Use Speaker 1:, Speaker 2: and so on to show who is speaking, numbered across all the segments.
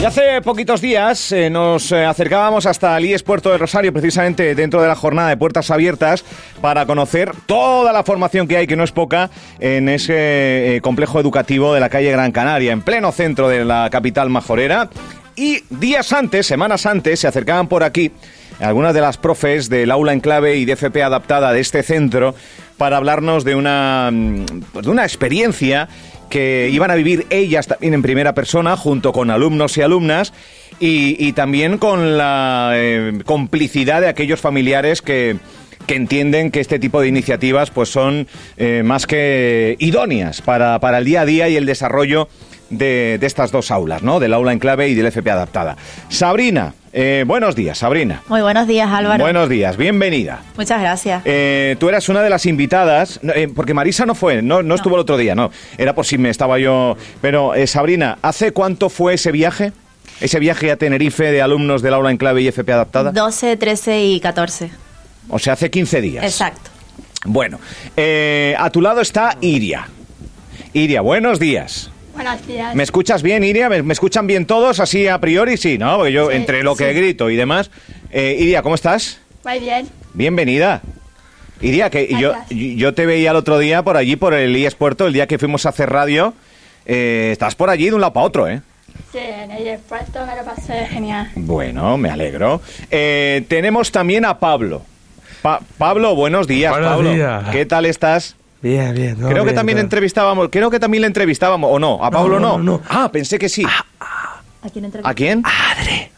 Speaker 1: Y hace poquitos días eh, nos eh, acercábamos hasta Alíes Puerto del Rosario, precisamente dentro de la jornada de puertas abiertas, para conocer toda la formación que hay, que no es poca, en ese eh, complejo educativo de la calle Gran Canaria, en pleno centro de la capital majorera. Y días antes, semanas antes, se acercaban por aquí algunas de las profes del aula en clave y de FP adaptada de este centro para hablarnos de una, pues, de una experiencia que iban a vivir ellas también en primera persona junto con alumnos y alumnas y, y también con la eh, complicidad de aquellos familiares que, que entienden que este tipo de iniciativas pues son eh, más que idóneas para, para el día a día y el desarrollo de, de estas dos aulas, ¿no? Del aula en clave y del FP adaptada. Sabrina, eh, buenos días, Sabrina.
Speaker 2: Muy buenos días, Álvaro.
Speaker 1: Buenos días, bienvenida.
Speaker 2: Muchas gracias.
Speaker 1: Eh, tú eras una de las invitadas, no, eh, porque Marisa no fue, no, no, estuvo el otro día, no. Era por si me estaba yo. Pero, eh, Sabrina, ¿hace cuánto fue ese viaje? Ese viaje a Tenerife de alumnos del aula en clave y FP adaptada.
Speaker 2: 12, 13 y 14.
Speaker 1: O sea, hace 15 días.
Speaker 2: Exacto.
Speaker 1: Bueno, eh, a tu lado está Iria. Iria, buenos días.
Speaker 3: Buenos días.
Speaker 1: ¿Me escuchas bien, Iria? ¿Me, me escuchan bien todos? Así a priori, sí, ¿no? Porque yo,
Speaker 3: Sí,
Speaker 1: entre lo que
Speaker 3: sí.
Speaker 1: grito y demás. Eh, Iria, ¿cómo estás?
Speaker 3: Muy bien.
Speaker 1: Bienvenida. Iria, que yo,
Speaker 3: Gracias.
Speaker 1: yo te veía el otro día por allí, por el IES Puerto, el día que fuimos a hacer radio. Eh, estás por allí de un lado para otro, ¿eh?
Speaker 3: Sí, en el puerto me lo pasé genial.
Speaker 1: Bueno, me alegro. Eh, tenemos también a Pablo. Pa- Pablo, buenos días,
Speaker 4: Buenos
Speaker 1: Pablo.
Speaker 4: días.
Speaker 1: ¿Qué tal estás?
Speaker 4: Bien, bien. no,
Speaker 1: creo que
Speaker 4: bien,
Speaker 1: también
Speaker 4: todo.
Speaker 1: entrevistábamos, creo que también le entrevistábamos, ¿o no? ¿A Pablo no?
Speaker 4: no, no.
Speaker 1: Ah, pensé que sí.
Speaker 2: ¿A quién entra?
Speaker 1: ¿A quién? Ah.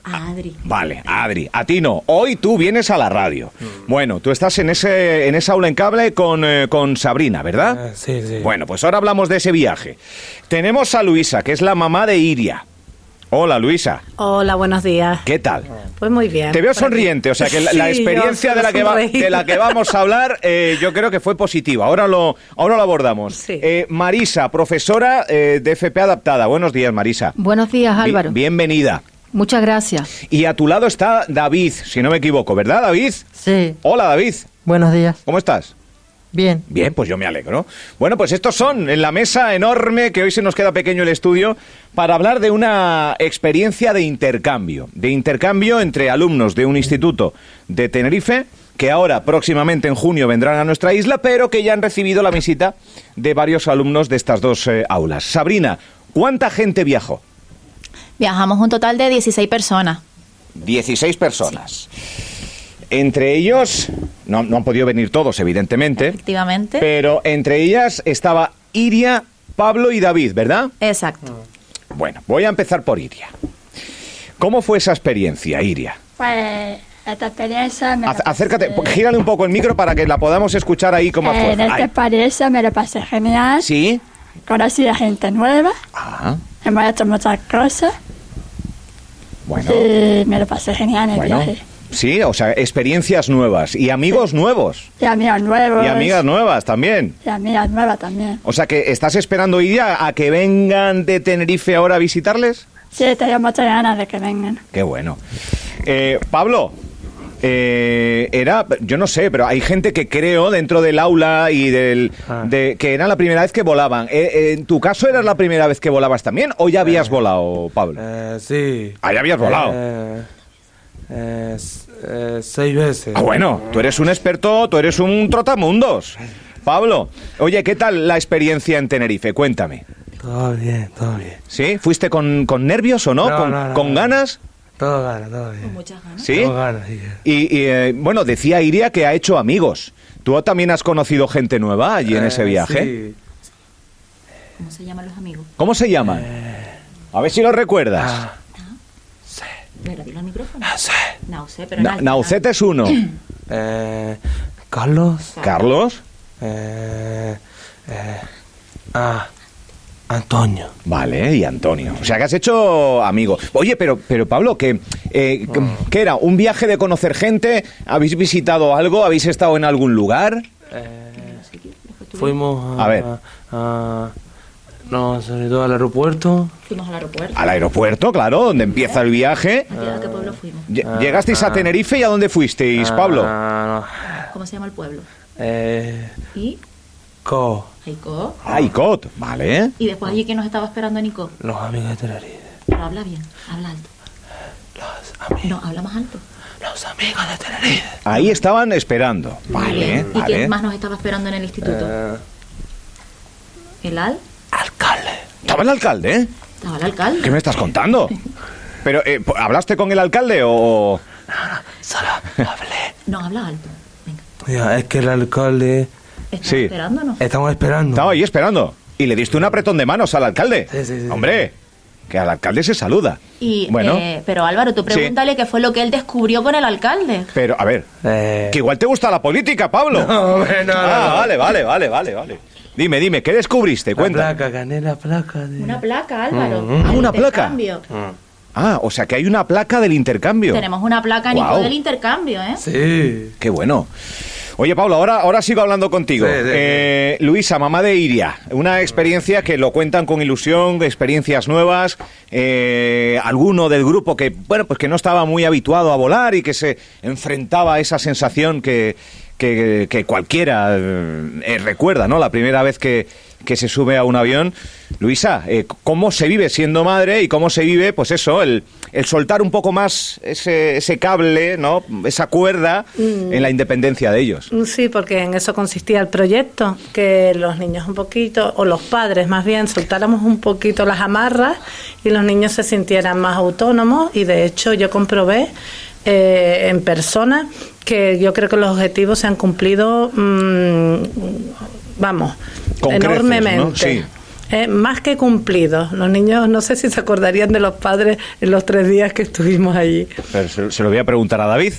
Speaker 2: A Adri.
Speaker 1: Vale, Adri, a ti no. Hoy tú vienes a la radio.
Speaker 5: Mm.
Speaker 1: Bueno, tú estás en ese en esa aula en cable con, eh, con Sabrina, ¿verdad?
Speaker 4: Ah, sí, sí.
Speaker 1: Bueno, pues ahora hablamos de ese viaje. Tenemos a Luisa, que es la mamá de Iria. Hola, Luisa.
Speaker 5: Hola, buenos días.
Speaker 1: ¿Qué tal?
Speaker 5: Pues muy bien.
Speaker 1: Te veo
Speaker 5: Por aquí.
Speaker 1: sonriente, o sea que la, la
Speaker 5: Sí, yo
Speaker 1: experiencia de la, que va-
Speaker 5: sonreí.
Speaker 1: de la que vamos a hablar eh, yo creo que fue positiva. Ahora lo, ahora lo abordamos.
Speaker 5: Sí.
Speaker 1: Eh, Marisa, profesora eh, de FP Adaptada. Buenos días, Marisa.
Speaker 6: Buenos días,
Speaker 1: Bi-
Speaker 6: Álvaro.
Speaker 1: bienvenida.
Speaker 6: Muchas gracias.
Speaker 1: Y a tu lado está David, si no me equivoco, ¿verdad, David?
Speaker 7: Sí,
Speaker 1: Hola, David.
Speaker 7: buenos días.
Speaker 1: ¿Cómo estás?
Speaker 7: Bien.
Speaker 1: Bien, pues yo me alegro. Bueno, pues estos son en la mesa enorme que hoy se nos queda pequeño el estudio para hablar de una experiencia de intercambio, de intercambio entre alumnos de un instituto de Tenerife que ahora próximamente en junio vendrán a nuestra isla, pero que ya han recibido la visita de varios alumnos de estas dos eh, aulas. Sabrina, ¿cuánta gente viajó?
Speaker 2: Viajamos un total de 16 personas.
Speaker 1: ¿Eh? 16 personas. Entre ellos, no, no han podido venir todos, evidentemente.
Speaker 2: Efectivamente.
Speaker 1: Pero entre ellas estaba Iria, Pablo y David, ¿verdad?
Speaker 2: Exacto.
Speaker 1: Bueno, voy a empezar por Iria. ¿Cómo fue esa experiencia, Iria?
Speaker 3: Pues esta experiencia me la
Speaker 1: Ac- Acércate,
Speaker 3: pasé-
Speaker 1: gírale un poco el micro para que la podamos escuchar ahí con más
Speaker 3: En
Speaker 1: fuerza.
Speaker 3: esta
Speaker 1: Ahí.
Speaker 3: experiencia me lo pasé genial.
Speaker 1: Sí.
Speaker 3: Conocí a gente nueva,
Speaker 1: Ah,
Speaker 3: hemos hecho muchas cosas
Speaker 1: bueno.
Speaker 3: y me lo pasé genial en el
Speaker 1: Bueno.
Speaker 3: viaje.
Speaker 1: Sí, o sea, experiencias nuevas y amigos nuevos
Speaker 3: Y amigos nuevos.
Speaker 1: y amigas nuevas también.
Speaker 3: Y amigas nuevas también.
Speaker 1: O sea, que estás esperando, Iria, a que vengan de Tenerife ahora a visitarles.
Speaker 3: Sí, tengo muchas ganas de que vengan.
Speaker 1: Qué bueno. Eh, Pablo, eh, era, yo no sé, pero hay gente que creo dentro del aula y del,
Speaker 4: Ah.
Speaker 1: de, que era la primera vez que volaban. Eh, eh, ¿En tu caso era la primera vez que volabas también o ya habías volado, Pablo?
Speaker 4: Eh, sí.
Speaker 1: Ah, ya habías volado.
Speaker 4: Eh, eh, s- eh, seis veces.
Speaker 1: Ah, bueno, tú eres un experto, tú eres un trotamundos. Pablo, oye, ¿qué tal la experiencia en Tenerife? Cuéntame.
Speaker 4: Todo bien, todo bien.
Speaker 1: ¿Sí? ¿Fuiste con, con nervios o no?
Speaker 4: No,
Speaker 1: ¿Con,
Speaker 4: no, no,
Speaker 1: con
Speaker 4: no.
Speaker 1: ganas?
Speaker 4: Todo gana, todo bien.
Speaker 2: Muchas ganas.
Speaker 1: ¿Sí?
Speaker 4: Todo gana, sí.
Speaker 1: Y, y, eh, bueno, decía Iria que ha hecho amigos. ¿Tú también has conocido gente nueva allí en ese
Speaker 4: Eh,
Speaker 1: viaje?
Speaker 4: sí.
Speaker 2: ¿Cómo se llaman los amigos?
Speaker 1: ¿Cómo se llaman? A ver si lo recuerdas.
Speaker 4: Eh. Ah,
Speaker 2: ¿Me retiro el micrófono?
Speaker 4: no sé.
Speaker 2: Nauce, pero en
Speaker 1: Na-
Speaker 2: alto,
Speaker 1: Naucet es uno.
Speaker 4: Eh, Carlos.
Speaker 1: Carlos.
Speaker 4: Eh, eh, ah, Antonio.
Speaker 1: Vale, y Antonio. O sea que has hecho amigos. Oye, pero, pero Pablo, que, eh, que-
Speaker 4: Ah.
Speaker 1: ¿qué era? ¿Un viaje de conocer gente? ¿Habéis visitado algo? ¿Habéis estado en algún lugar?
Speaker 4: Eh, fuimos a,
Speaker 1: A ver.
Speaker 4: a- no, sobre todo al aeropuerto.
Speaker 1: Ah.
Speaker 2: alto. Fuimos al aeropuerto.
Speaker 1: Al aeropuerto, claro, donde empieza el viaje.
Speaker 2: ¿A qué- a qué pueblo fuimos?
Speaker 1: Lle- Llegasteis a Tenerife y a dónde fuisteis,
Speaker 4: Ah,
Speaker 1: Pablo.
Speaker 4: no.
Speaker 1: Ah.
Speaker 2: ¿Cómo se llama el pueblo?
Speaker 4: Eh,
Speaker 2: Y
Speaker 4: Co,
Speaker 2: Aicó.
Speaker 1: Ay, Cot, vale.
Speaker 2: Y después allí que nos estaba esperando Nico.
Speaker 4: los amigos de Tenerife.
Speaker 2: Pero habla bien, habla alto.
Speaker 1: Eh.
Speaker 2: No, habla más alto.
Speaker 4: Los amigos de Tenerife.
Speaker 1: Ahí estaban esperando. Vale,
Speaker 2: ¿Y
Speaker 1: vale.
Speaker 2: quién más nos estaba esperando en el instituto?
Speaker 4: Eh,
Speaker 2: ¿El al?
Speaker 4: alcalde.
Speaker 1: ¿Estaba el alcalde? eh?
Speaker 2: Estaba el
Speaker 1: ¿Qué
Speaker 2: alcalde.
Speaker 1: me estás contando? Pero, eh, po- ¿hablaste con el alcalde o...?
Speaker 4: Solo hablé.
Speaker 2: No, habla alto. Venga.
Speaker 4: Ya, es que el alcalde...
Speaker 2: ¿Estás
Speaker 1: Sí.
Speaker 2: esperándonos?
Speaker 4: Estamos esperando.
Speaker 1: Estaba ahí esperando. Y le diste un apretón de manos al alcalde.
Speaker 4: Sí, sí, sí.
Speaker 1: Hombre, que al alcalde se saluda.
Speaker 2: Y,
Speaker 1: bueno,
Speaker 2: eh, pero Álvaro, tú pregúntale qué fue lo que él descubrió con el alcalde.
Speaker 1: pero a ver,
Speaker 4: Eh,
Speaker 1: que igual te gusta la política, Pablo.
Speaker 4: No, hombre, no,
Speaker 1: ah,
Speaker 4: no, no.
Speaker 1: vale, vale, vale, vale, vale. Dime, dime, ¿qué descubriste?
Speaker 4: la
Speaker 1: Cuenta.
Speaker 4: placa, gané la placa de...
Speaker 2: Una placa, Álvaro.
Speaker 1: Mm. Ah,
Speaker 2: del
Speaker 1: una placa.
Speaker 2: intercambio.
Speaker 1: Ah, o sea que hay una placa del intercambio.
Speaker 2: Tenemos una placa Nico,
Speaker 1: Guau.
Speaker 2: del intercambio, ¿eh?
Speaker 4: Sí.
Speaker 1: Qué bueno. Oye, Pablo, ahora, ahora sigo hablando contigo.
Speaker 4: Sí, sí, sí.
Speaker 1: Eh, Luisa, mamá de Iria. Una experiencia que lo cuentan con ilusión, experiencias nuevas. eh, alguno del grupo que, bueno, pues que no estaba muy habituado a volar y que se enfrentaba a esa sensación que, que- que cualquiera eh, recuerda, ¿no? La primera vez que, que se sube a un avión. Luisa, eh, ¿cómo se vive siendo madre y cómo se vive, pues eso, el, el soltar un poco más ese, ese cable, ¿no? Esa cuerda en la independencia de ellos.
Speaker 5: Sí, porque en eso consistía el proyecto, que los niños un poquito, o los padres más bien, soltáramos un poquito las amarras y los niños se sintieran más autónomos y de hecho yo comprobé eh, en persona que yo creo que los objetivos se han cumplido, mm, vamos,
Speaker 1: Con creces, ¿no?
Speaker 5: enormemente.
Speaker 1: Sí.
Speaker 5: Eh, más que cumplidos. Los niños, no sé si se acordarían de los padres en los tres días que estuvimos allí.
Speaker 1: Pero se, se lo voy a preguntar a David.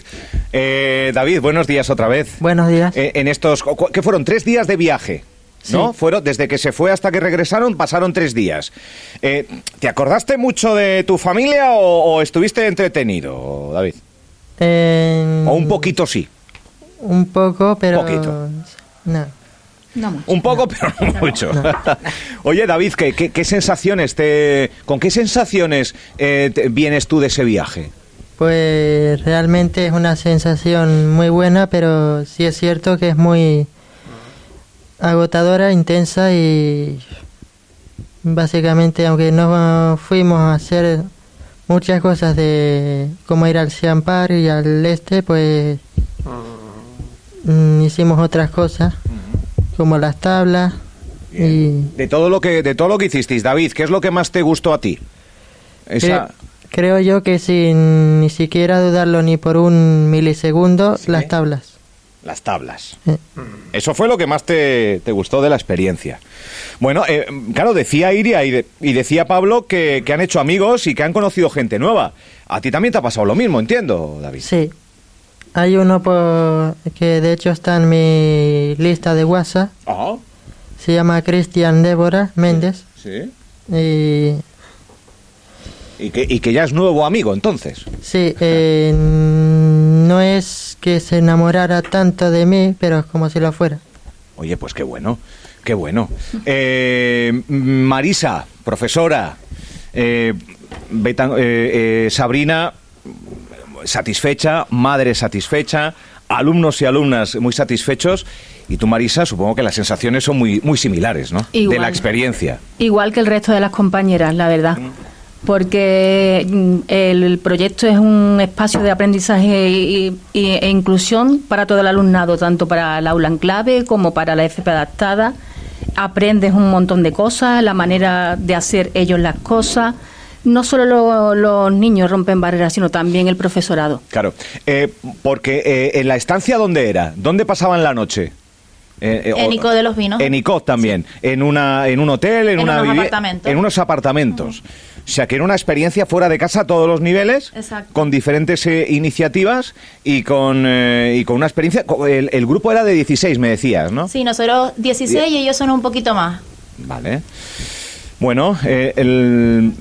Speaker 1: Eh, David, buenos días otra vez.
Speaker 6: Buenos días.
Speaker 1: Eh, en estos, cu- ¿qué fueron? Tres días de viaje. ¿No? Fueron, desde que se fue hasta que regresaron, pasaron tres días. Eh, ¿Te acordaste mucho de tu familia o, o estuviste entretenido, David?
Speaker 6: Eh,
Speaker 1: O un poquito sí.
Speaker 6: Un poco, pero...
Speaker 1: Poquito.
Speaker 6: No.
Speaker 2: No más.
Speaker 1: Un poco, pero no mucho. Oye, David, ¿qué, qué, qué sensaciones te, ¿con qué sensaciones eh, te- vienes tú de ese viaje?
Speaker 6: Pues realmente es una sensación muy buena, pero sí es cierto que es muy agotadora, intensa y básicamente aunque no fuimos a hacer muchas cosas de como ir al Siampar y al este, pues mm, hicimos otras cosas como las tablas y
Speaker 1: De todo lo que, de todo lo que hicisteis, David, ¿qué es lo que más te gustó a ti? Esa-
Speaker 6: Cre- Creo, yo que sin ni siquiera dudarlo ni por un milisegundo, las tablas.
Speaker 1: Las tablas.
Speaker 6: Eh.
Speaker 1: Eso fue lo que más te, te gustó de la experiencia. Bueno, eh, claro, decía Iria y, de- y decía Pablo que, que han hecho amigos y que han conocido gente nueva. A ti también te ha pasado lo mismo, entiendo, David.
Speaker 6: Sí. Hay uno por- que de hecho está en mi lista de WhatsApp.
Speaker 1: Ah,
Speaker 6: Se llama Cristian Débora Méndez.
Speaker 1: sí.
Speaker 6: Y
Speaker 1: Y que, y que ya es nuevo amigo, entonces.
Speaker 6: sí, eh, n- no es que se enamorara tanto de mí, pero es como si lo fuera.
Speaker 1: Oye, pues qué bueno, qué bueno. Eh, Marisa, profesora, eh, Betan- eh, eh, Sabrina, satisfecha, madre satisfecha, alumnos y alumnas muy satisfechos. Y tú, Marisa, supongo que las sensaciones son muy, muy similares, ¿no?
Speaker 7: Igual.
Speaker 1: De la experiencia.
Speaker 7: Igual que el resto de las compañeras, la verdad. Porque mm, el proyecto es un espacio de aprendizaje y- y- e inclusión para todo el alumnado, tanto para el aula en clave como para la FP adaptada. Aprendes un montón de cosas, la manera de hacer ellos las cosas. No solo lo- los niños rompen barreras, sino también el profesorado.
Speaker 1: Claro. Eh, porque eh, en la estancia, ¿dónde era? ¿Dónde pasaban la noche? Eh, eh,
Speaker 2: En
Speaker 1: o-
Speaker 2: Icó de los Vinos.
Speaker 1: En Icó también. En, una, en un hotel, en,
Speaker 2: En
Speaker 1: una
Speaker 2: unos
Speaker 1: vivi-
Speaker 2: apartamentos.
Speaker 1: En unos apartamentos. O sea, que era una experiencia fuera de casa a todos los niveles,
Speaker 2: Exacto.
Speaker 1: con diferentes eh, iniciativas y con, eh, y con una experiencia... co- El, el grupo era de 16, me decías, ¿no?
Speaker 2: Sí, nosotros 16 y ellos son un poquito más.
Speaker 1: Vale. Bueno, eh, el,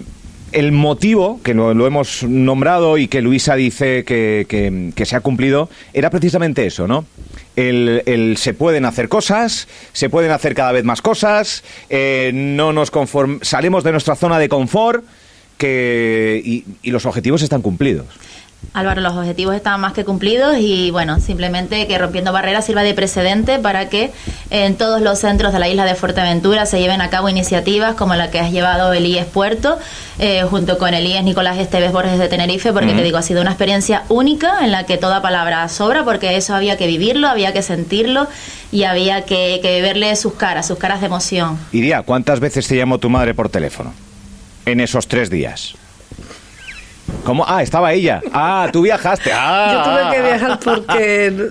Speaker 1: el motivo que lo, lo hemos nombrado y que Luisa dice que, que- que se ha cumplido era precisamente eso, ¿no? El, el se pueden hacer cosas, se pueden hacer cada vez más cosas, eh, no nos conform salimos de nuestra zona de confort que, y, y los objetivos están cumplidos.
Speaker 8: Álvaro, los objetivos están más que cumplidos y bueno, simplemente que Rompiendo Barreras sirva de precedente para que en todos los centros de la isla de Fuerteventura se lleven a cabo iniciativas como la que has llevado el IES Puerto eh, junto con el IES Nicolás Esteves Borges de Tenerife, porque te digo, ha sido una experiencia única en la que toda palabra sobra, porque eso había que vivirlo, había que sentirlo y había que, que verle sus caras, sus caras de emoción.
Speaker 1: Iria, ¿cuántas veces te llamó tu madre por teléfono? En esos tres días. ¿Cómo? Ah, estaba ella. Ah, tú viajaste. Ah,
Speaker 5: Yo tuve que
Speaker 1: ah,
Speaker 5: viajar porque...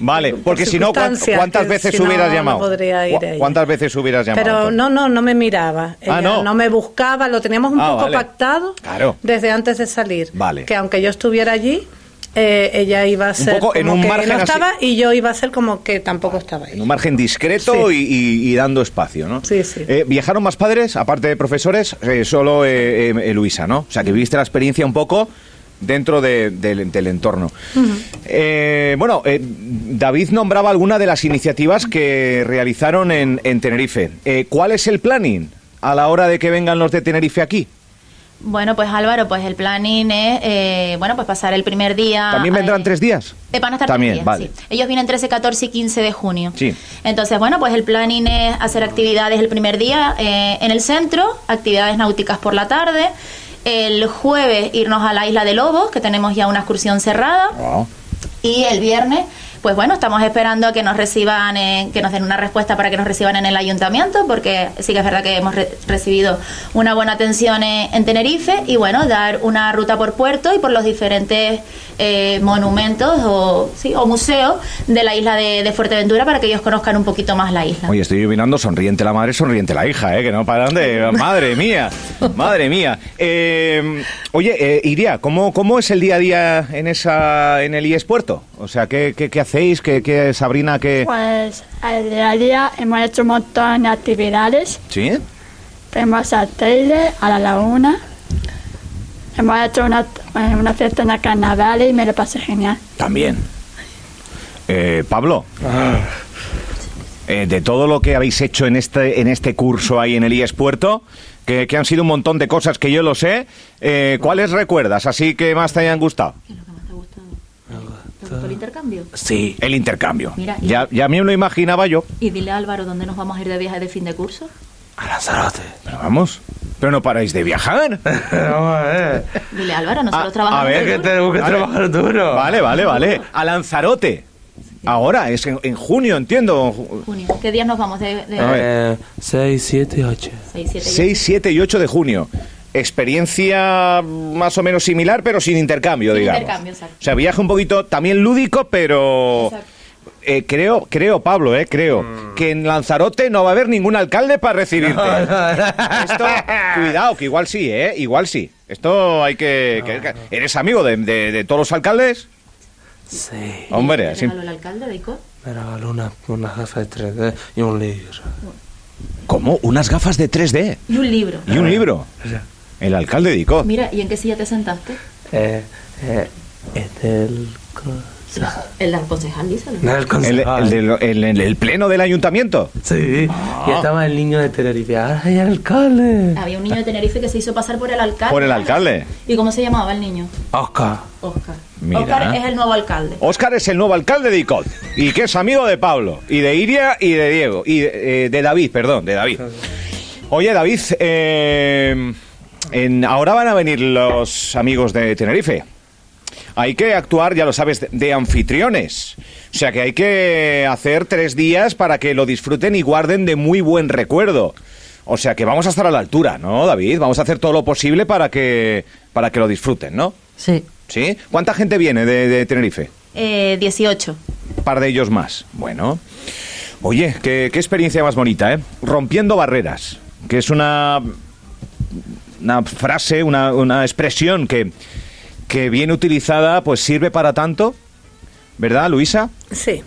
Speaker 1: Vale,
Speaker 5: por
Speaker 1: porque si no, ¿cuán-
Speaker 5: circunstancias,
Speaker 1: ¿cuántas
Speaker 5: que
Speaker 1: veces
Speaker 5: si no,
Speaker 1: hubieras
Speaker 5: no
Speaker 1: llamado?
Speaker 5: podría ir
Speaker 1: ¿Cu-
Speaker 5: ahí.
Speaker 1: ¿Cuántas veces hubieras llamado?
Speaker 5: Pero
Speaker 1: entonces?
Speaker 5: no, no, no me miraba.
Speaker 1: Ah,
Speaker 5: Ella
Speaker 1: no.
Speaker 5: no. me buscaba, lo teníamos un
Speaker 1: Ah,
Speaker 5: poco
Speaker 1: vale.
Speaker 5: pactado
Speaker 1: Claro.
Speaker 5: desde antes de salir.
Speaker 1: Vale.
Speaker 5: Que aunque yo estuviera allí, eh, ella iba a ser
Speaker 1: poco en
Speaker 5: como
Speaker 1: un
Speaker 5: que
Speaker 1: margen
Speaker 5: no
Speaker 1: así.
Speaker 5: estaba y yo iba a ser como que tampoco estaba
Speaker 1: En
Speaker 5: ahí.
Speaker 1: un margen discreto
Speaker 5: Sí.
Speaker 1: y, y- y dando espacio, ¿no?
Speaker 5: Sí, sí.
Speaker 1: Eh, ¿Viajaron más padres, aparte de profesores? Eh, solo eh, eh, eh, Luisa, ¿no? O sea, que viviste la experiencia un poco dentro de- del, del entorno. Eh, bueno, eh, David nombraba alguna de las iniciativas que realizaron en, en Tenerife. Eh, ¿Cuál es el planning a la hora de que vengan los de Tenerife aquí?
Speaker 8: Bueno, pues Álvaro, pues el planning es, eh, bueno, pues pasar el primer día...
Speaker 1: ¿También vendrán
Speaker 8: eh,
Speaker 1: tres días?
Speaker 8: Eh, van a estar
Speaker 1: También,
Speaker 8: tres días,
Speaker 1: vale.
Speaker 8: sí. Ellos vienen 13, 14 y 15 de junio.
Speaker 1: Sí.
Speaker 8: Entonces, bueno, pues el planning es hacer actividades el primer día eh, en el centro, actividades náuticas por la tarde. El jueves irnos a la isla de Lobos, que tenemos ya una excursión cerrada.
Speaker 1: Wow.
Speaker 8: Y el viernes, pues bueno, estamos esperando a que nos reciban, eh, que nos den una respuesta para que nos reciban en el ayuntamiento, porque sí que es verdad que hemos re- recibido una buena atención eh, en Tenerife y bueno, dar una ruta por puerto y por los diferentes eh, monumentos o, sí, o museos de la isla de, de Fuerteventura para que ellos conozcan un poquito más la isla.
Speaker 1: Oye, estoy mirando sonriente la madre, sonriente la hija, ¿eh? Que no paran de... ¡Madre mía! ¡Madre mía! Eh, oye, eh, Iria, ¿cómo, ¿cómo es el día a día en esa en el IES Puerto? O sea, ¿qué, qué, qué hacéis? ¿Qué, qué Sabrina? ¿Qué...?
Speaker 3: Pues al día a día hemos hecho un montón de actividades.
Speaker 1: ¿Sí?
Speaker 3: Fuimos Pues al Teide a la laguna. Hemos hecho una, eh, una fiesta en el carnaval y me lo pasé genial.
Speaker 1: También. Eh, Pablo, eh, de todo lo que habéis hecho en este, en este curso ahí en el IES Puerto, que, que han sido un montón de cosas que yo lo sé, eh, ¿cuáles recuerdas? Así que más te hayan gustado.
Speaker 8: ¿Te gustó el intercambio?
Speaker 1: Sí. El intercambio.
Speaker 8: Mira, y-
Speaker 1: ya, ya me lo imaginaba yo.
Speaker 8: Y dile a Álvaro dónde nos vamos a ir de viaje de fin de curso.
Speaker 4: A Lanzarote.
Speaker 1: Pero vamos. Pero no paráis de viajar.
Speaker 4: Vamos a ver.
Speaker 8: Dile Álvaro, nosotros
Speaker 1: Ah,
Speaker 8: trabajamos.
Speaker 1: a ver,
Speaker 8: muy
Speaker 1: ¿qué
Speaker 4: Que
Speaker 8: duro.
Speaker 4: tenemos que
Speaker 1: Vale.
Speaker 4: trabajar duro.
Speaker 1: Vale, vale, vale. A Lanzarote. Ahora, es en, en junio, entiendo. Ju-
Speaker 8: Junio. ¿Qué días nos vamos de, de-
Speaker 1: A ver.
Speaker 4: Eh, 6, 7 y 8.
Speaker 8: seis, siete,
Speaker 1: 6, 7 y 8 de junio. Experiencia más o menos similar, pero sin intercambio,
Speaker 8: Sin
Speaker 1: digamos.
Speaker 8: intercambio, exacto.
Speaker 1: O sea, viaje un poquito también lúdico, pero...
Speaker 8: Exacto.
Speaker 1: eh, creo, creo, Pablo, eh, creo que en Lanzarote no va a haber ningún alcalde para recibirte. Esto, cuidado, que igual sí, ¿eh? Igual sí. Esto hay que... que- que- ¿Eres amigo de, de- de todos los alcaldes?
Speaker 4: Sí.
Speaker 1: Hombre,
Speaker 8: ¿Te
Speaker 1: así...
Speaker 8: regaló el alcalde de Icor?
Speaker 4: Me regaló una, una gafa de 3D y un libro.
Speaker 1: ¿Cómo? Unas gafas de 3D
Speaker 8: Y un libro.
Speaker 1: y un libro.
Speaker 4: O sea,
Speaker 1: El alcalde de Ico.
Speaker 8: Mira, ¿y en qué silla te sentaste?
Speaker 4: eh, eh, es del. cosa-
Speaker 8: El del concejal, díselo.
Speaker 4: No, el
Speaker 1: El,
Speaker 4: concejal.
Speaker 1: el del- el- el- el pleno del ayuntamiento.
Speaker 4: Sí. Y
Speaker 1: Ah.
Speaker 4: estaba el niño de Tenerife. ¡Ay, alcalde!
Speaker 8: Había un niño de Tenerife que se hizo pasar por el alcalde.
Speaker 1: Por el alcalde.
Speaker 8: ¿Y cómo se llamaba el niño?
Speaker 1: Ah.
Speaker 4: Oscar.
Speaker 8: Oscar.
Speaker 1: Mira.
Speaker 8: Oscar es el nuevo alcalde.
Speaker 1: Óscar es el nuevo alcalde de Icod y que es amigo de Pablo y de Iria y de Diego y de, eh, de David, perdón, de David. Oye, David, eh, en- ahora van a venir los amigos de Tenerife. Hay que actuar, ya lo sabes, de- de anfitriones. O sea que hay que hacer tres días para que lo disfruten y guarden de muy buen recuerdo. O sea que vamos a estar a la altura, ¿no, David? Vamos a hacer todo lo posible para que, para que lo disfruten, ¿no?
Speaker 6: Sí,
Speaker 1: ¿Sí? ¿Cuánta gente viene de- de Tenerife?
Speaker 8: Eh, 18.
Speaker 1: par de ellos más. Bueno. Oye, qué, qué experiencia más bonita, ¿eh? Rompiendo barreras, que es una, una frase, una, una expresión que, que bien utilizada, pues sirve para tanto, ¿verdad, Luisa?
Speaker 5: Sí.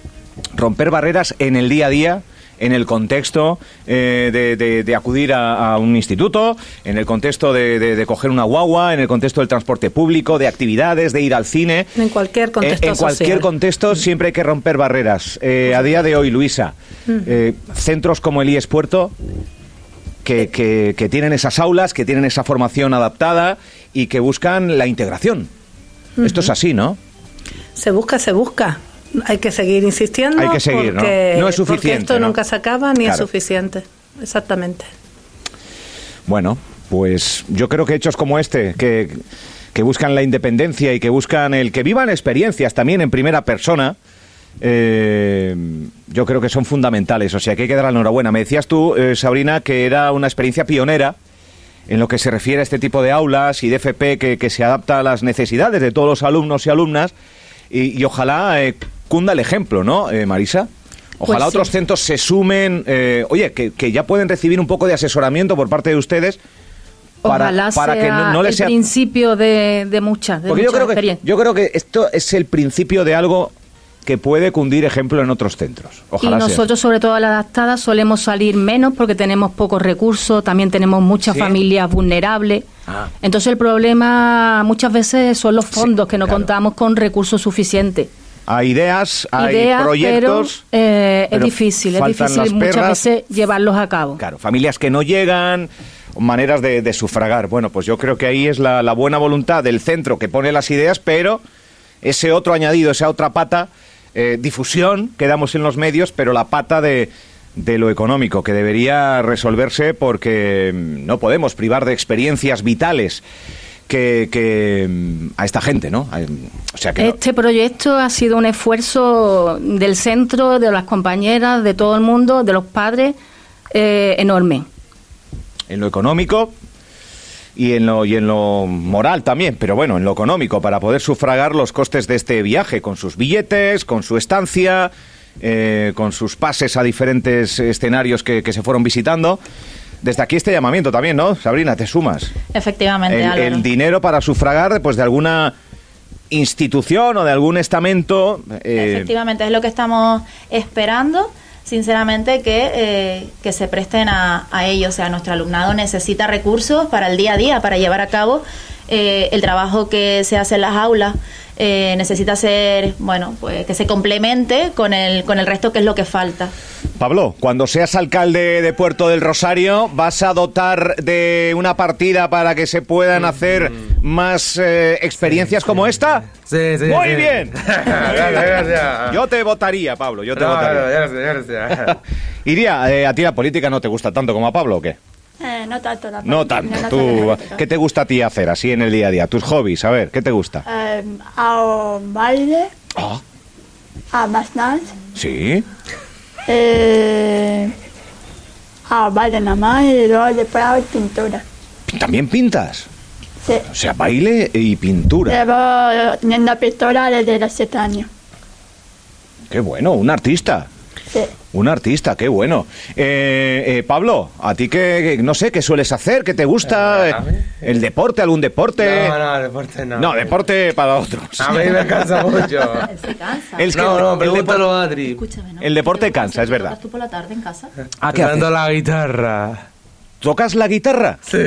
Speaker 1: Romper barreras en el día a día, en el contexto eh, de, de- de acudir a, a un instituto, en el contexto de, de- de coger una guagua, en el contexto del transporte público, de actividades, de ir al cine. Eh,
Speaker 5: En cualquier contexto
Speaker 1: En, en cualquier
Speaker 5: social.
Speaker 1: contexto siempre hay que romper barreras. Eh, a día de hoy, Luisa, eh, centros como el IES Puerto, que, que- que tienen esas aulas, que tienen esa formación adaptada y que buscan la integración. Esto es así, ¿no?
Speaker 5: Se busca, se busca. Hay que seguir insistiendo.
Speaker 1: Hay que seguir, ¿no?
Speaker 5: porque,
Speaker 1: No es
Speaker 5: porque
Speaker 1: suficiente,
Speaker 5: esto
Speaker 1: ¿no?
Speaker 5: nunca se acaba ni es
Speaker 1: Claro.
Speaker 5: suficiente. Exactamente.
Speaker 1: Bueno, pues yo creo que hechos como este, que, que buscan la independencia y que buscan el que vivan experiencias también en primera persona, eh, yo creo que son fundamentales. O sea, que hay que dar la enhorabuena. Me decías tú, eh, Sabrina, que era una experiencia pionera en lo que se refiere a este tipo de aulas y de FP que, que se adapta a las necesidades de todos los alumnos y alumnas. Y, y ojalá eh, cunda el ejemplo, ¿no, eh, Marisa? Ojalá
Speaker 7: Pues sí.
Speaker 1: otros centros se sumen, eh, oye, que, que ya pueden recibir un poco de asesoramiento por parte de ustedes para,
Speaker 7: Ojalá
Speaker 1: para
Speaker 7: sea
Speaker 1: que no, no les
Speaker 7: el
Speaker 1: sea...
Speaker 7: principio de, de muchas, de
Speaker 1: Porque yo
Speaker 7: muchas
Speaker 1: creo, que,
Speaker 7: experiencias.
Speaker 1: yo creo que esto es el principio de algo que puede cundir ejemplo en otros centros. Ojalá
Speaker 7: y
Speaker 1: sea.
Speaker 7: nosotros, sobre todo las adaptadas, solemos salir menos porque tenemos pocos recursos, también tenemos muchas
Speaker 1: Sí.
Speaker 7: familias vulnerables.
Speaker 1: Ah.
Speaker 7: Entonces el problema muchas veces son los fondos, que no
Speaker 1: claro.
Speaker 7: contamos con recursos suficientes.
Speaker 1: Hay ideas, hay
Speaker 7: Ideas,
Speaker 1: proyectos.
Speaker 7: pero, eh,
Speaker 1: pero
Speaker 7: es difícil, es
Speaker 1: faltan
Speaker 7: difícil
Speaker 1: las
Speaker 7: muchas
Speaker 1: perras.
Speaker 7: veces llevarlos a cabo.
Speaker 1: Claro, familias que no llegan, maneras de, de sufragar. Bueno, pues yo creo que ahí es la, la buena voluntad del centro que pone las ideas, pero ese otro añadido, esa otra pata, eh, difusión que damos en los medios, pero la pata de, de lo económico, que debería resolverse porque mm, no podemos privar de experiencias vitales que, que, mm, a esta gente, ¿no? A- O sea que... no-
Speaker 7: Este proyecto ha sido un esfuerzo del centro, de las compañeras, de todo el mundo, de los padres, eh, enorme.
Speaker 1: en lo económico y en lo y en lo moral también, pero bueno, en lo económico para poder sufragar los costes de este viaje con sus billetes, con su estancia, eh, con sus pases a diferentes escenarios que, que se fueron visitando. Desde aquí este llamamiento también, ¿no? Sabrina, te sumas.
Speaker 8: Efectivamente,
Speaker 1: El,
Speaker 8: Álvaro.
Speaker 1: el dinero para sufragar pues de alguna institución o de algún estamento. eh,
Speaker 8: Efectivamente, es lo que estamos esperando. Sinceramente, que, eh, que se presten a, a ello. O sea, nuestro alumnado necesita recursos para el día a día, para llevar a cabo eh, el trabajo que se hace en las aulas. Eh, necesita ser, bueno, pues que se complemente con el, con el resto, que es lo que falta.
Speaker 1: Pablo, cuando seas alcalde de Puerto del Rosario, ¿vas a dotar de una partida para que se puedan hacer más eh, experiencias como esta?
Speaker 4: Sí, sí,
Speaker 1: Muy
Speaker 4: sí.
Speaker 1: bien.
Speaker 4: Gracias, gracias.
Speaker 1: Yo te votaría, Pablo, yo te
Speaker 4: No, no,
Speaker 1: votaría.
Speaker 4: ya lo sé, ya lo sé.
Speaker 1: Iría, eh, ¿a ti la política no te gusta tanto como a Pablo o qué?
Speaker 3: Eh, no tanto la
Speaker 1: No
Speaker 3: parte-
Speaker 1: tanto.
Speaker 3: tanto la
Speaker 1: Tú,
Speaker 3: política.
Speaker 1: ¿Qué te gusta a ti hacer así en el día a día? Tus hobbies, a ver, ¿qué te gusta?
Speaker 3: Eh, hago baile,
Speaker 1: Ah,
Speaker 3: a más dance,
Speaker 1: sí.
Speaker 3: eh, hago baile nada más y luego después hago pintura.
Speaker 1: También pintas.
Speaker 3: Sí.
Speaker 1: O sea, baile y pintura.
Speaker 3: Llevo teniendo pintura desde los 7 años.
Speaker 1: Qué bueno, un artista.
Speaker 3: Sí.
Speaker 1: Un artista, qué bueno. Eh, eh, Pablo, ¿a ti qué, qué- no sé, qué sueles hacer? ¿Qué te gusta?
Speaker 4: Eh, a mí.
Speaker 1: ¿El deporte, algún deporte?
Speaker 4: No, no, deporte no.
Speaker 1: No, deporte para otros.
Speaker 4: A mí me cansa mucho.
Speaker 8: Se cansa.
Speaker 1: El- Es que
Speaker 4: no, no,
Speaker 1: el
Speaker 4: pregúntalo
Speaker 1: deporte-
Speaker 4: a Adri.
Speaker 8: Escúchame, ¿no?
Speaker 1: el deporte cansa, es
Speaker 8: ¿Tocas
Speaker 1: verdad.
Speaker 8: tú por la tarde en casa?
Speaker 1: Ah, ¿qué
Speaker 4: Tocando
Speaker 1: haces?
Speaker 4: la guitarra.
Speaker 1: ¿Tocas la guitarra?
Speaker 4: Sí.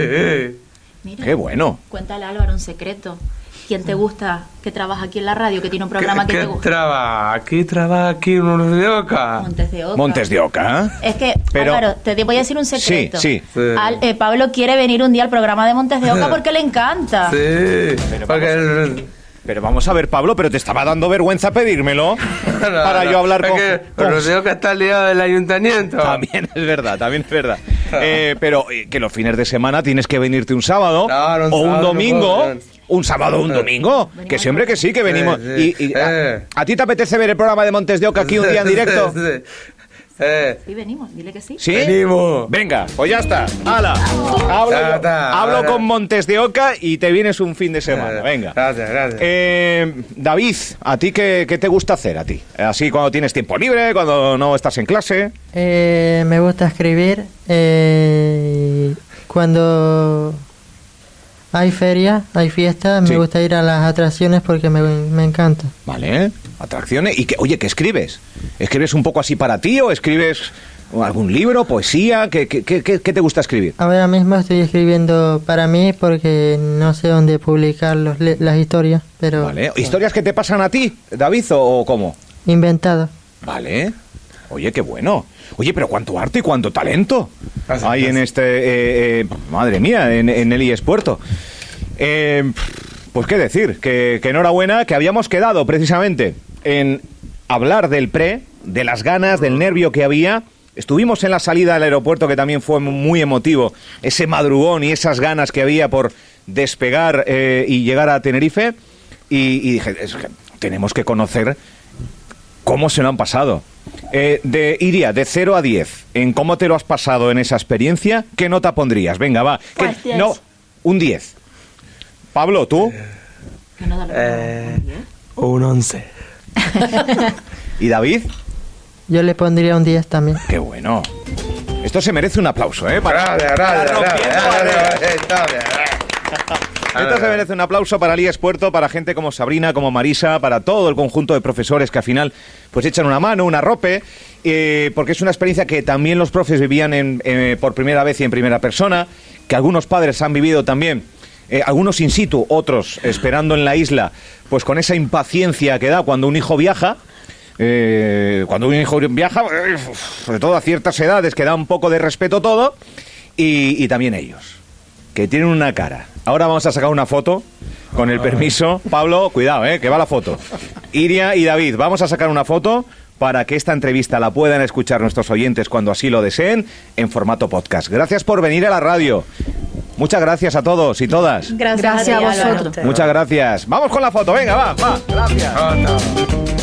Speaker 8: Mira.
Speaker 1: Qué bueno. Mm.
Speaker 8: Cuéntale a Álvaro un secreto. ¿Quién te gusta que trabaja aquí en la radio, que tiene un programa
Speaker 4: ¿Qué,
Speaker 8: que
Speaker 4: qué
Speaker 8: te gusta?
Speaker 4: traba? Aquí traba aquí unos de oca.
Speaker 8: Montes de Oca.
Speaker 1: Montes de Oca. ¿eh?
Speaker 8: Es que,
Speaker 1: Pero-
Speaker 8: Álvaro, te, te voy a decir un secreto.
Speaker 1: Sí, sí.
Speaker 4: Sí.
Speaker 8: Al- eh, Pablo quiere venir un día al programa de Montes de Oca porque le encanta.
Speaker 4: Sí. Porque el-
Speaker 1: Pero vamos a ver, Pablo, pero te estaba dando vergüenza pedírmelo
Speaker 4: no,
Speaker 1: para
Speaker 4: no,
Speaker 1: yo hablar
Speaker 4: es
Speaker 1: con...
Speaker 4: que
Speaker 1: con-
Speaker 4: Los de Oca está liado del ayuntamiento.
Speaker 1: También es verdad, también es verdad.
Speaker 4: Ah.
Speaker 1: Eh, pero eh, que los fines de semana tienes que venirte un sábado
Speaker 4: Claro, un
Speaker 1: o un
Speaker 4: sábado no
Speaker 1: domingo.
Speaker 4: puedo, no.
Speaker 1: un sábado o un
Speaker 4: Eh.
Speaker 1: domingo. Que siempre que sí, que venimos.
Speaker 4: sí.
Speaker 1: Y, y a,
Speaker 4: Eh.
Speaker 1: ¿a ti te apetece ver el programa de Montes de Oca aquí un día en directo?
Speaker 4: Sí, sí. Eh,
Speaker 8: Sí, venimos, dile que sí.
Speaker 1: ¿Sí?
Speaker 4: Venimos.
Speaker 1: Venga, pues ya está. ¡Hala! Hablo,
Speaker 4: Ya
Speaker 1: yo.
Speaker 4: está,
Speaker 1: Hablo
Speaker 4: ahora. Eh,
Speaker 1: con Montes de Oca y te vienes un fin de semana. Venga.
Speaker 4: Gracias, gracias.
Speaker 1: Eh, David, ¿a ti qué, qué te gusta hacer a ti? Así cuando tienes tiempo libre, cuando no estás en clase.
Speaker 6: Eh, me gusta escribir. eh, cuando hay feria, hay fiesta,
Speaker 1: Sí.
Speaker 6: me gusta ir a las atracciones porque me, me encanta.
Speaker 1: Vale, atracciones. Y que, oye, ¿qué escribes? ¿Escribes un poco así para ti o escribes algún libro, poesía? ¿Qué, qué, qué- qué- qué te gusta escribir?
Speaker 6: Ahora mismo estoy escribiendo para mí porque no sé dónde publicar los le- las historias, pero
Speaker 1: Vale, ¿historias que te pasan a ti, David, o, o cómo?
Speaker 6: inventado.
Speaker 1: Vale. Oye, qué bueno. Oye, pero cuánto arte y cuánto talento
Speaker 4: Gracias,
Speaker 1: hay en
Speaker 4: gracias.
Speaker 1: este... E eh, eh, madre mía, en, en el IES Puerto. Eh, Pues qué decir, que, que enhorabuena, que habíamos quedado precisamente en hablar del pre, de las ganas, del nervio que había. Estuvimos en la salida del aeropuerto, que también fue muy emotivo, ese madrugón y esas ganas que había por despegar eh, y llegar a Tenerife. Y, y dije, "Es que tenemos que conocer cómo se lo han pasado. Eh, de Iria, de 0 a 10, en cómo te lo has pasado en esa experiencia, ¿qué nota pondrías? Venga, va. Que-
Speaker 3: Pues 10.
Speaker 1: no, un 10. Pablo, ¿tú?
Speaker 8: Que no da lo
Speaker 4: Eh,
Speaker 8: mismo, ¿eh?
Speaker 4: un 11.
Speaker 1: ¿Y David?
Speaker 6: Yo le pondría un 10 también.
Speaker 1: Qué bueno. Esto se merece un aplauso, ¿eh? Para- para rompiendo barreras.
Speaker 4: eh,
Speaker 1: Esto se merece un aplauso para Lías Puerto, para gente como Sabrina, como Marisa, para todo el conjunto de profesores que al final pues echan una mano, una rope, eh, porque es una experiencia que también los profes vivían en- eh, por primera vez y en primera persona, que algunos padres han vivido también, eh, algunos in situ, otros esperando en la isla, pues con esa impaciencia que da cuando un hijo viaja. eh, cuando un hijo viaja, eh, sobre todo a ciertas edades, que da un poco de respeto todo, y- y también ellos que tienen una cara. Ahora vamos a sacar una foto, con el permiso. Pablo, cuidado, eh, que va la foto. Iria y David, vamos a sacar una foto para que esta entrevista la puedan escuchar nuestros oyentes cuando así lo deseen en formato podcast. Gracias por venir a la radio. Muchas gracias a todos y todas.
Speaker 8: Gracias,
Speaker 7: Gracias a
Speaker 8: ti, Álvaro.
Speaker 7: vosotros.
Speaker 1: Muchas gracias. Vamos con la foto, venga, va, va. Gracias.